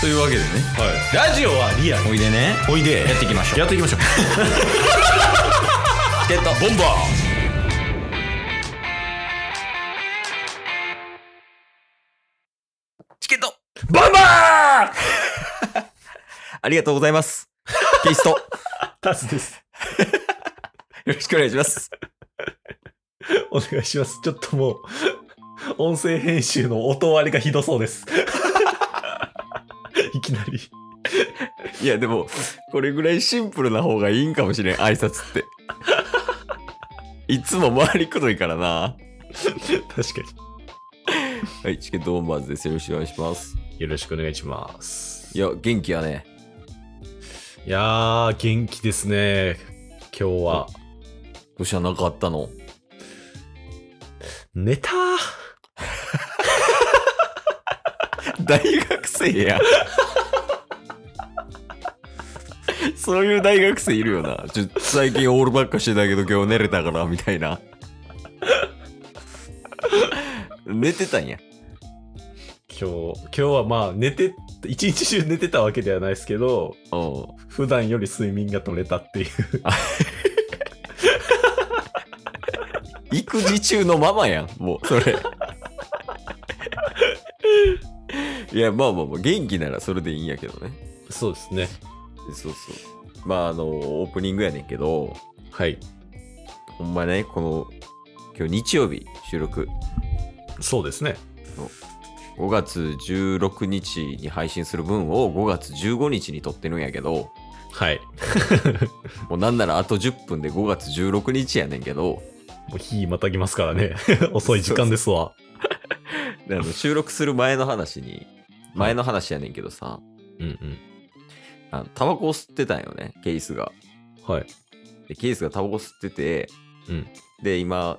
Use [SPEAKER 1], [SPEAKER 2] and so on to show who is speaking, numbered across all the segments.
[SPEAKER 1] というわけでね
[SPEAKER 2] ラジオはリアル
[SPEAKER 1] おいでね
[SPEAKER 2] おいで
[SPEAKER 1] やっていきましょう
[SPEAKER 2] やっていきましょう
[SPEAKER 1] チケットボンバーチケット
[SPEAKER 2] バンバー
[SPEAKER 1] ありがとうございますケイストよ
[SPEAKER 2] タスです
[SPEAKER 1] ろしくお願いします
[SPEAKER 2] お願いしますちょっともう音声編集の音割りがひどそうです いきなり
[SPEAKER 1] いやでもこれぐらいシンプルな方がいいんかもしれん挨拶っていつも回りくどいからな
[SPEAKER 2] 確か
[SPEAKER 1] はいチケットボンバーズですよろしくお願いします
[SPEAKER 2] によろしくお願いします
[SPEAKER 1] いや元気やね
[SPEAKER 2] いやー元気ですね今日は
[SPEAKER 1] どうしたなかったの
[SPEAKER 2] 寝た
[SPEAKER 1] 大学生やそういう大学生いるよなちょ最近オールバックしてたけど今日寝れたからみたいな寝てたんや
[SPEAKER 2] 今日今日はまあ寝て一日中寝てたわけではないですけど
[SPEAKER 1] おう
[SPEAKER 2] 普段より睡眠が取れたっていう
[SPEAKER 1] 育児中のママやんもうそれいやまあまあまあ元気ならそれでいいんやけどね
[SPEAKER 2] そうですね
[SPEAKER 1] そうそうまああのオープニングやねんけど
[SPEAKER 2] はい
[SPEAKER 1] ほんまねこの今日日曜日収録
[SPEAKER 2] そうですね
[SPEAKER 1] 5月16日に配信する分を5月15日に撮ってるんやけど
[SPEAKER 2] はい
[SPEAKER 1] もうなんならあと10分で5月16日やねんけど
[SPEAKER 2] もう日またぎますからね 遅い時間ですわ
[SPEAKER 1] で あの収録する前の話に前の話やねんけどさ
[SPEAKER 2] うんうん
[SPEAKER 1] あのタバコを吸ってたんよねケースが
[SPEAKER 2] はい
[SPEAKER 1] でケースがタバコ吸ってて、
[SPEAKER 2] うん
[SPEAKER 1] で今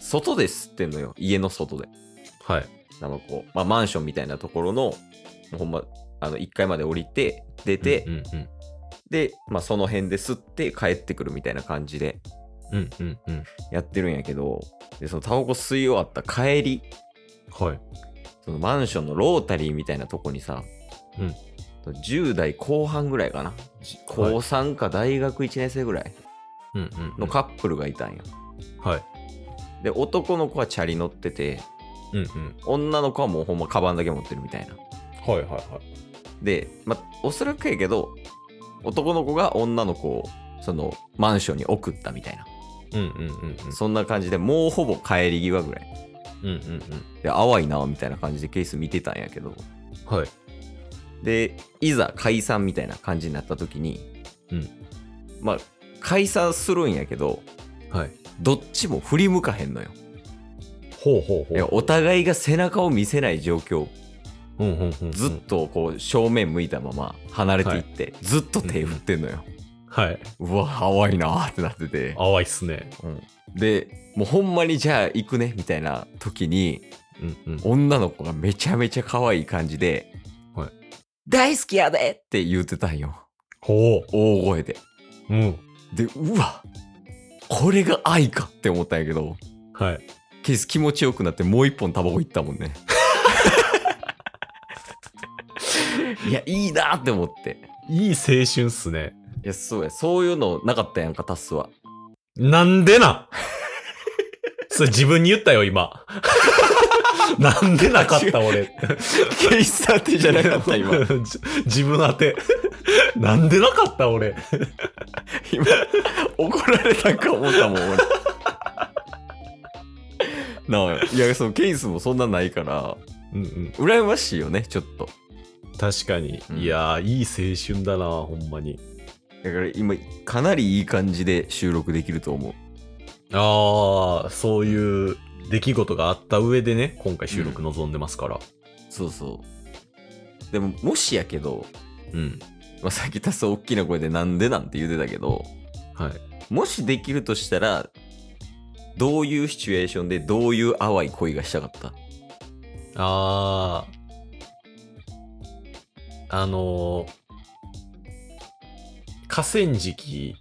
[SPEAKER 1] 外で吸ってんのよ家の外で
[SPEAKER 2] はい
[SPEAKER 1] タバコ、まあ、マンションみたいなところのもうほんまあの1階まで降りて出て、
[SPEAKER 2] うんうん
[SPEAKER 1] で、まあ、その辺で吸って帰ってくるみたいな感じで
[SPEAKER 2] うんうんうん
[SPEAKER 1] やってるんやけどでそのタバコ吸い終わった帰り
[SPEAKER 2] はい
[SPEAKER 1] そのマンションのロータリーみたいなとこにさ、
[SPEAKER 2] うん
[SPEAKER 1] 10代後半ぐらいかなじ高
[SPEAKER 2] はい
[SPEAKER 1] 3か大学1年生ぐらい
[SPEAKER 2] うんうん
[SPEAKER 1] のカップルがいたんよ、
[SPEAKER 2] はい
[SPEAKER 1] で男の子はチャリ乗ってて
[SPEAKER 2] うんうん
[SPEAKER 1] 女の子はもうほんまカバンだけ持ってるみたいな
[SPEAKER 2] はいはいはい
[SPEAKER 1] で、まあ、おそらくやけど男の子が女の子をそのマンションに送ったみたいな、
[SPEAKER 2] うんうんうん
[SPEAKER 1] そんな感じでもうほぼ帰り際ぐらい
[SPEAKER 2] うんうんうんうん
[SPEAKER 1] で淡いなみたいな感じでケース見てたんやけど
[SPEAKER 2] はい
[SPEAKER 1] でいざ解散みたいな感じになった時に、
[SPEAKER 2] うん
[SPEAKER 1] まあ解散するんやけど
[SPEAKER 2] はい
[SPEAKER 1] どっちも振り向かへんのよ
[SPEAKER 2] ほうほうほう
[SPEAKER 1] いやお互いが背中を見せない状況
[SPEAKER 2] うんうんうんうん
[SPEAKER 1] ずっとこう正面向いたまま離れていって、ずっと手振ってんのよ、
[SPEAKER 2] はいう
[SPEAKER 1] わ淡いなーってなってて、
[SPEAKER 2] 淡いっすね
[SPEAKER 1] うんでもうほんまにじゃあ行くねみたいな時に
[SPEAKER 2] うんうん
[SPEAKER 1] 女の子がめちゃめちゃ可愛い感じで「
[SPEAKER 2] はい
[SPEAKER 1] 大好きやで!」って言ってたんよ
[SPEAKER 2] ほ
[SPEAKER 1] 大声で
[SPEAKER 2] ううん
[SPEAKER 1] でうわこれが愛かって思ったんやけど
[SPEAKER 2] はい
[SPEAKER 1] ケース気持ちよくなってもう一本タバコいったも んねいやいいなって思って
[SPEAKER 2] いい青春っすね
[SPEAKER 1] いやそうやそういうのなかったやんかタスは
[SPEAKER 2] なんで なんそれ自分に言ったよ、今。 なんでなかった、俺。
[SPEAKER 1] ケースだってじゃなかった今
[SPEAKER 2] じ 自分当て。 なんでなかった、俺。
[SPEAKER 1] 今 怒られたんか思ったもん俺なあいやそのケースもそんなないから
[SPEAKER 2] うんうん、
[SPEAKER 1] 羨ましいよねちょっと
[SPEAKER 2] 確かに。
[SPEAKER 1] うん
[SPEAKER 2] いやー、いい青春だな、ほんまに。
[SPEAKER 1] だから今かなりいい感じで収録できると思う
[SPEAKER 2] ああ、そういう出来事があった上でね、今回収録望んでますから。
[SPEAKER 1] そうそうでももしやけど、
[SPEAKER 2] うん。
[SPEAKER 1] まあ、さっき多数大きな声でなんでなんて言ってたけど
[SPEAKER 2] はい。
[SPEAKER 1] もしできるとしたらどういうシチュエーションでどういう淡い恋がしたかった
[SPEAKER 2] ああ。あのー河川敷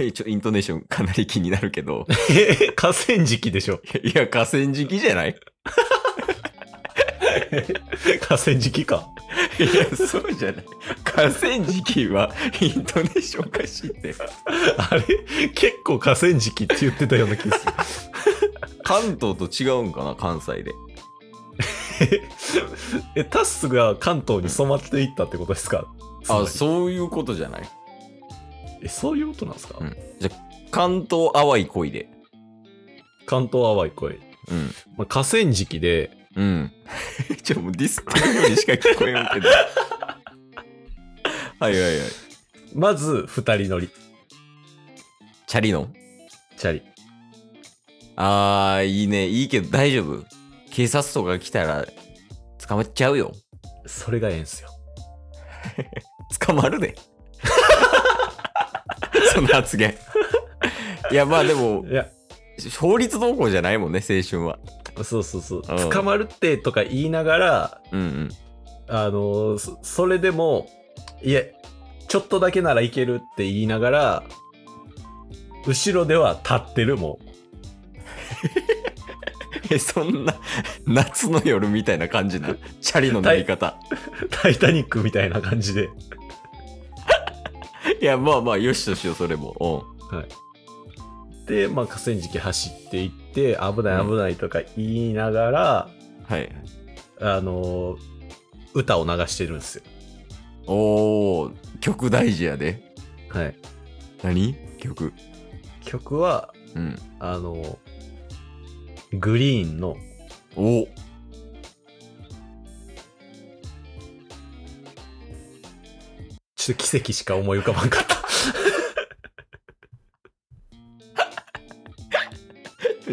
[SPEAKER 1] えちょイントネーションかなり気になるけど
[SPEAKER 2] え 河川敷でしょ
[SPEAKER 1] いや河川敷じゃない
[SPEAKER 2] 河川敷か
[SPEAKER 1] いや、 そうじゃない。河川敷はイントネーションおかしいって。
[SPEAKER 2] あれ 結構河川敷って言ってたような気が
[SPEAKER 1] 関東と違うんかな、関西で。
[SPEAKER 2] する。 え、タッスが関東に染まっていったってことですか
[SPEAKER 1] あ、
[SPEAKER 2] つま
[SPEAKER 1] そういうことじゃない。
[SPEAKER 2] りえそういうことなんですか、
[SPEAKER 1] うん関東淡い恋で。
[SPEAKER 2] 関東淡い声。
[SPEAKER 1] うん。
[SPEAKER 2] まあ、河川敷で、
[SPEAKER 1] うん。 ちょ、もうディスってるようにしか聞こえん けど。はいはいはい。
[SPEAKER 2] まず二人乗り、
[SPEAKER 1] チャリの
[SPEAKER 2] チャリ。
[SPEAKER 1] あー、いいね。いいけど大丈夫。警察とか来たら捕まっちゃうよ。
[SPEAKER 2] それがええんすよ。
[SPEAKER 1] 捕まるで。 その発言。いや、まあでも、
[SPEAKER 2] いや、
[SPEAKER 1] 法律動向じゃないもんね、青春は。
[SPEAKER 2] そうそうそう。
[SPEAKER 1] うん
[SPEAKER 2] 捕まるってとか言いながら、
[SPEAKER 1] うんうん。
[SPEAKER 2] あのーそ、それでも、いえ、ちょっとだけならいけるって言いながら、後ろでは立ってるも
[SPEAKER 1] え、そんな、夏の夜みたいな感じな。チャリの乗り方。
[SPEAKER 2] ん。タイタニックみたいな感じで。
[SPEAKER 1] いや、まあまあ、よしとしよう、それも。
[SPEAKER 2] で、まあ、河川敷走っていって、危ない危ないとか言いながら、
[SPEAKER 1] うん。はい。
[SPEAKER 2] あのー歌を流してるんですよ。
[SPEAKER 1] おー、曲大事やで。
[SPEAKER 2] はい。
[SPEAKER 1] 何曲。
[SPEAKER 2] 曲は、
[SPEAKER 1] うん。
[SPEAKER 2] あのーグリーンの、
[SPEAKER 1] お
[SPEAKER 2] ちょっと奇跡しか思い浮かばん かった。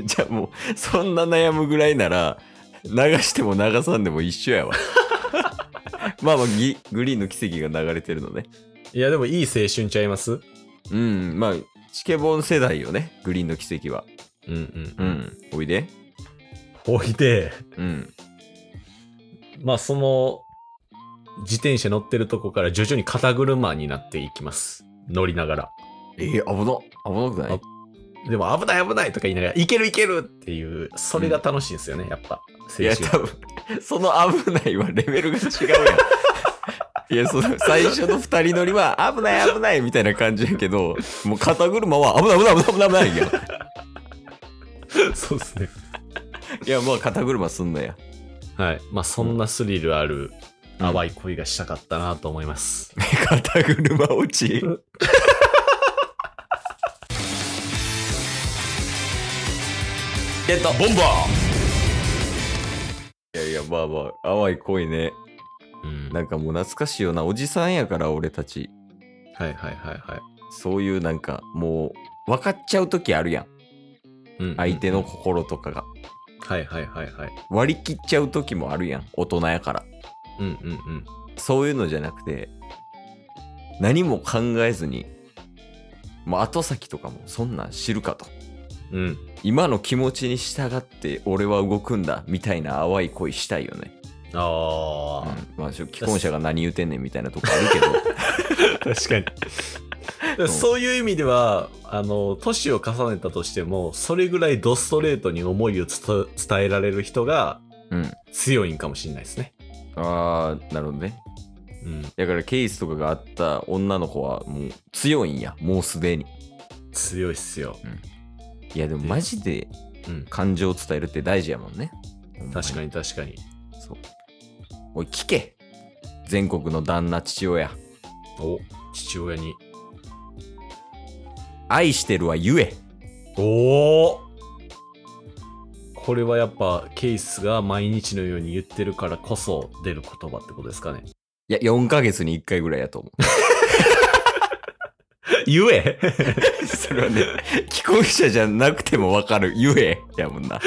[SPEAKER 1] じゃあもう、そんな悩むぐらいなら、流しても流さんでも一緒やわ。 まあまあギ、グリーンの奇跡が流れてるのね。
[SPEAKER 2] いや、でもいい青春ちゃいます
[SPEAKER 1] うん、まあ、チケボン世代よね、グリーンの奇跡は。
[SPEAKER 2] うん
[SPEAKER 1] う。
[SPEAKER 2] うん
[SPEAKER 1] ん、おいで。
[SPEAKER 2] おいで、
[SPEAKER 1] うん。
[SPEAKER 2] まあその、自転車乗ってるとこから徐々に肩車になっていきます。乗りながら。
[SPEAKER 1] えー、危な、危なくない
[SPEAKER 2] でも危ない危ないとか言いながら、いけるいけるっていう、それが楽しいんですよね、やっぱ。
[SPEAKER 1] いや、
[SPEAKER 2] 青春
[SPEAKER 1] 多分、その危ないはレベルが違うや ん。いや、その、最初の二人乗りは、危ない危ないみたいな感じやけど、もう肩車は、危ない危ない危ない危ないやん。
[SPEAKER 2] そうですね。
[SPEAKER 1] いや、まあ、肩車すんなや。
[SPEAKER 2] はい。まあそんなスリルある、
[SPEAKER 1] うん
[SPEAKER 2] 淡い恋がしたかったなと思います。
[SPEAKER 1] 肩車落ち。ゲット
[SPEAKER 2] ボンバ
[SPEAKER 1] いやいや、まあまあ、淡い恋ね。
[SPEAKER 2] ーうん。
[SPEAKER 1] なんかもう懐かしいよな。おじさんやから、俺たち。
[SPEAKER 2] はいはいはいはい。
[SPEAKER 1] そういうなんか、もう、分かっちゃう時あるやん。
[SPEAKER 2] うん
[SPEAKER 1] 相手の。心とかが。
[SPEAKER 2] はいはいはいはい。
[SPEAKER 1] 割り切っちゃう時もあるやん。大人やから。
[SPEAKER 2] うんうんうん。
[SPEAKER 1] そういうのじゃなくて、何も考えずに、もう後先とかもそんなん知るかと。
[SPEAKER 2] うん。
[SPEAKER 1] 今の気持ちに従って俺は動くんだみたいな淡い恋したいよね。
[SPEAKER 2] ああ。
[SPEAKER 1] うん、まあ、ちょ既婚者が何言うてんねんみたいなとこあるけど。
[SPEAKER 2] 確かに。
[SPEAKER 1] ん
[SPEAKER 2] そういう意味では、あの、年を重ねたとしても、それぐらいドストレートに思いをつと伝えられる人が
[SPEAKER 1] うん。
[SPEAKER 2] 強いんかもしれないですね。
[SPEAKER 1] ああ、なるほどね。
[SPEAKER 2] うん。
[SPEAKER 1] だからケースとかがあった女の子はもう強いんや、もうすでに。
[SPEAKER 2] 強いっすよ。
[SPEAKER 1] いやでもマジで
[SPEAKER 2] うん。
[SPEAKER 1] 感情を伝えるって大事やもんね。
[SPEAKER 2] 確か
[SPEAKER 1] に。
[SPEAKER 2] に確かに。
[SPEAKER 1] そう。おい、聞け全国の旦那父親。
[SPEAKER 2] お、父親に。
[SPEAKER 1] 愛してるはゆえ。
[SPEAKER 2] おおこれはやっぱケイスが毎日のように言ってるからこそ出る言葉ってことですかね。
[SPEAKER 1] いや、4ヶ月に1回ぐらいやと思
[SPEAKER 2] ゆ え
[SPEAKER 1] う。それはね、既婚者じゃなくてもわかる。ゆえ。やもんな。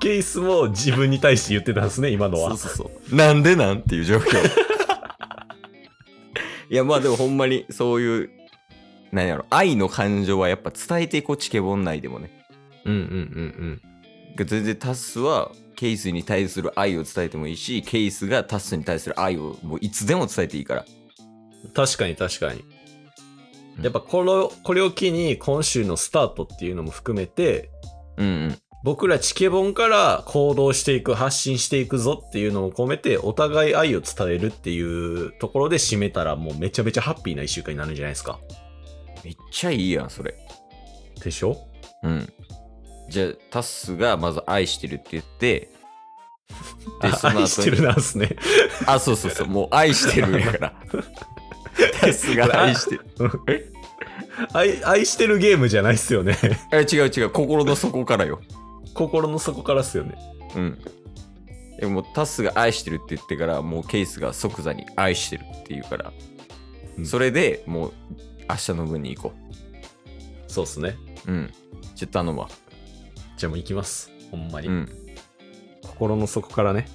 [SPEAKER 2] ケイスも自分に対して言ってたんですね、今の
[SPEAKER 1] そう
[SPEAKER 2] は。
[SPEAKER 1] そうそう。なんでなんっていう状況。いや、まあでもほんまにそういう、なんやろ、愛の感情はやっぱ伝えていこう、チケボン内でもね。
[SPEAKER 2] うんうんうん
[SPEAKER 1] 全然タスは、ケイスに対する愛を伝えてもいいし、ケイスがタスに対する愛をもういつでも伝えていいから。
[SPEAKER 2] うん。確かに確かに。
[SPEAKER 1] うん
[SPEAKER 2] やっぱこれをこれを機に今週のスタートっていうのも含めて
[SPEAKER 1] うんうん。
[SPEAKER 2] 僕らチケボンから行動していく、発信していくぞっていうのを込めて、お互い愛を伝えるっていうところで締めたら、もうめちゃめちゃハッピーな一週間になるんじゃないですか。
[SPEAKER 1] めっちゃいいやん、それ。
[SPEAKER 2] でしょ
[SPEAKER 1] うん。じゃあ、タッスがまず愛してるって言って、で、
[SPEAKER 2] あ
[SPEAKER 1] その
[SPEAKER 2] 愛し
[SPEAKER 1] 後
[SPEAKER 2] てる
[SPEAKER 1] に。
[SPEAKER 2] なんすね。
[SPEAKER 1] あ、そうそうそう、もう愛してるやから。タッスが愛してる。
[SPEAKER 2] 愛、愛してるゲームじゃないっすよね。
[SPEAKER 1] え、違う違う、心の底からよ。
[SPEAKER 2] 心の底からっすよね。
[SPEAKER 1] うん。でもタスが愛してるって言ってから、もうケイスが即座に愛してるって言うから、
[SPEAKER 2] うん
[SPEAKER 1] それでもう明日の分に行こ
[SPEAKER 2] そうっすね。
[SPEAKER 1] う。うん。ちょっと頼むわ。
[SPEAKER 2] じゃあもう行きます。ほんまに。
[SPEAKER 1] うん。
[SPEAKER 2] 心の底からね。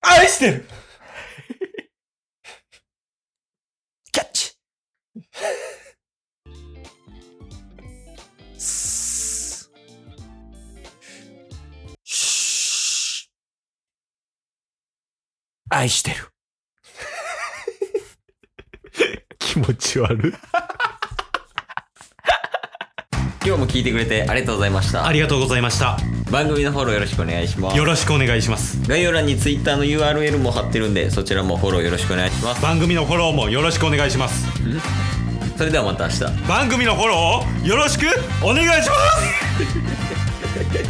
[SPEAKER 2] 愛してる
[SPEAKER 1] キャッ チスーシー愛してる。
[SPEAKER 2] 気持ち悪い。
[SPEAKER 1] 今日も聞いてくれてありがとうございました
[SPEAKER 3] あ。りがとうございました。
[SPEAKER 1] 番組のフォローよろしくお願いします
[SPEAKER 3] よ。ろしくお願いします。
[SPEAKER 1] 概要欄に Twitter の URL も貼ってるんでそちらもフォローよろしくお願いします
[SPEAKER 3] 番組のフォローもよろしくお願いします。
[SPEAKER 1] それではまた明日
[SPEAKER 3] 番組のフォローをよろしくお願いします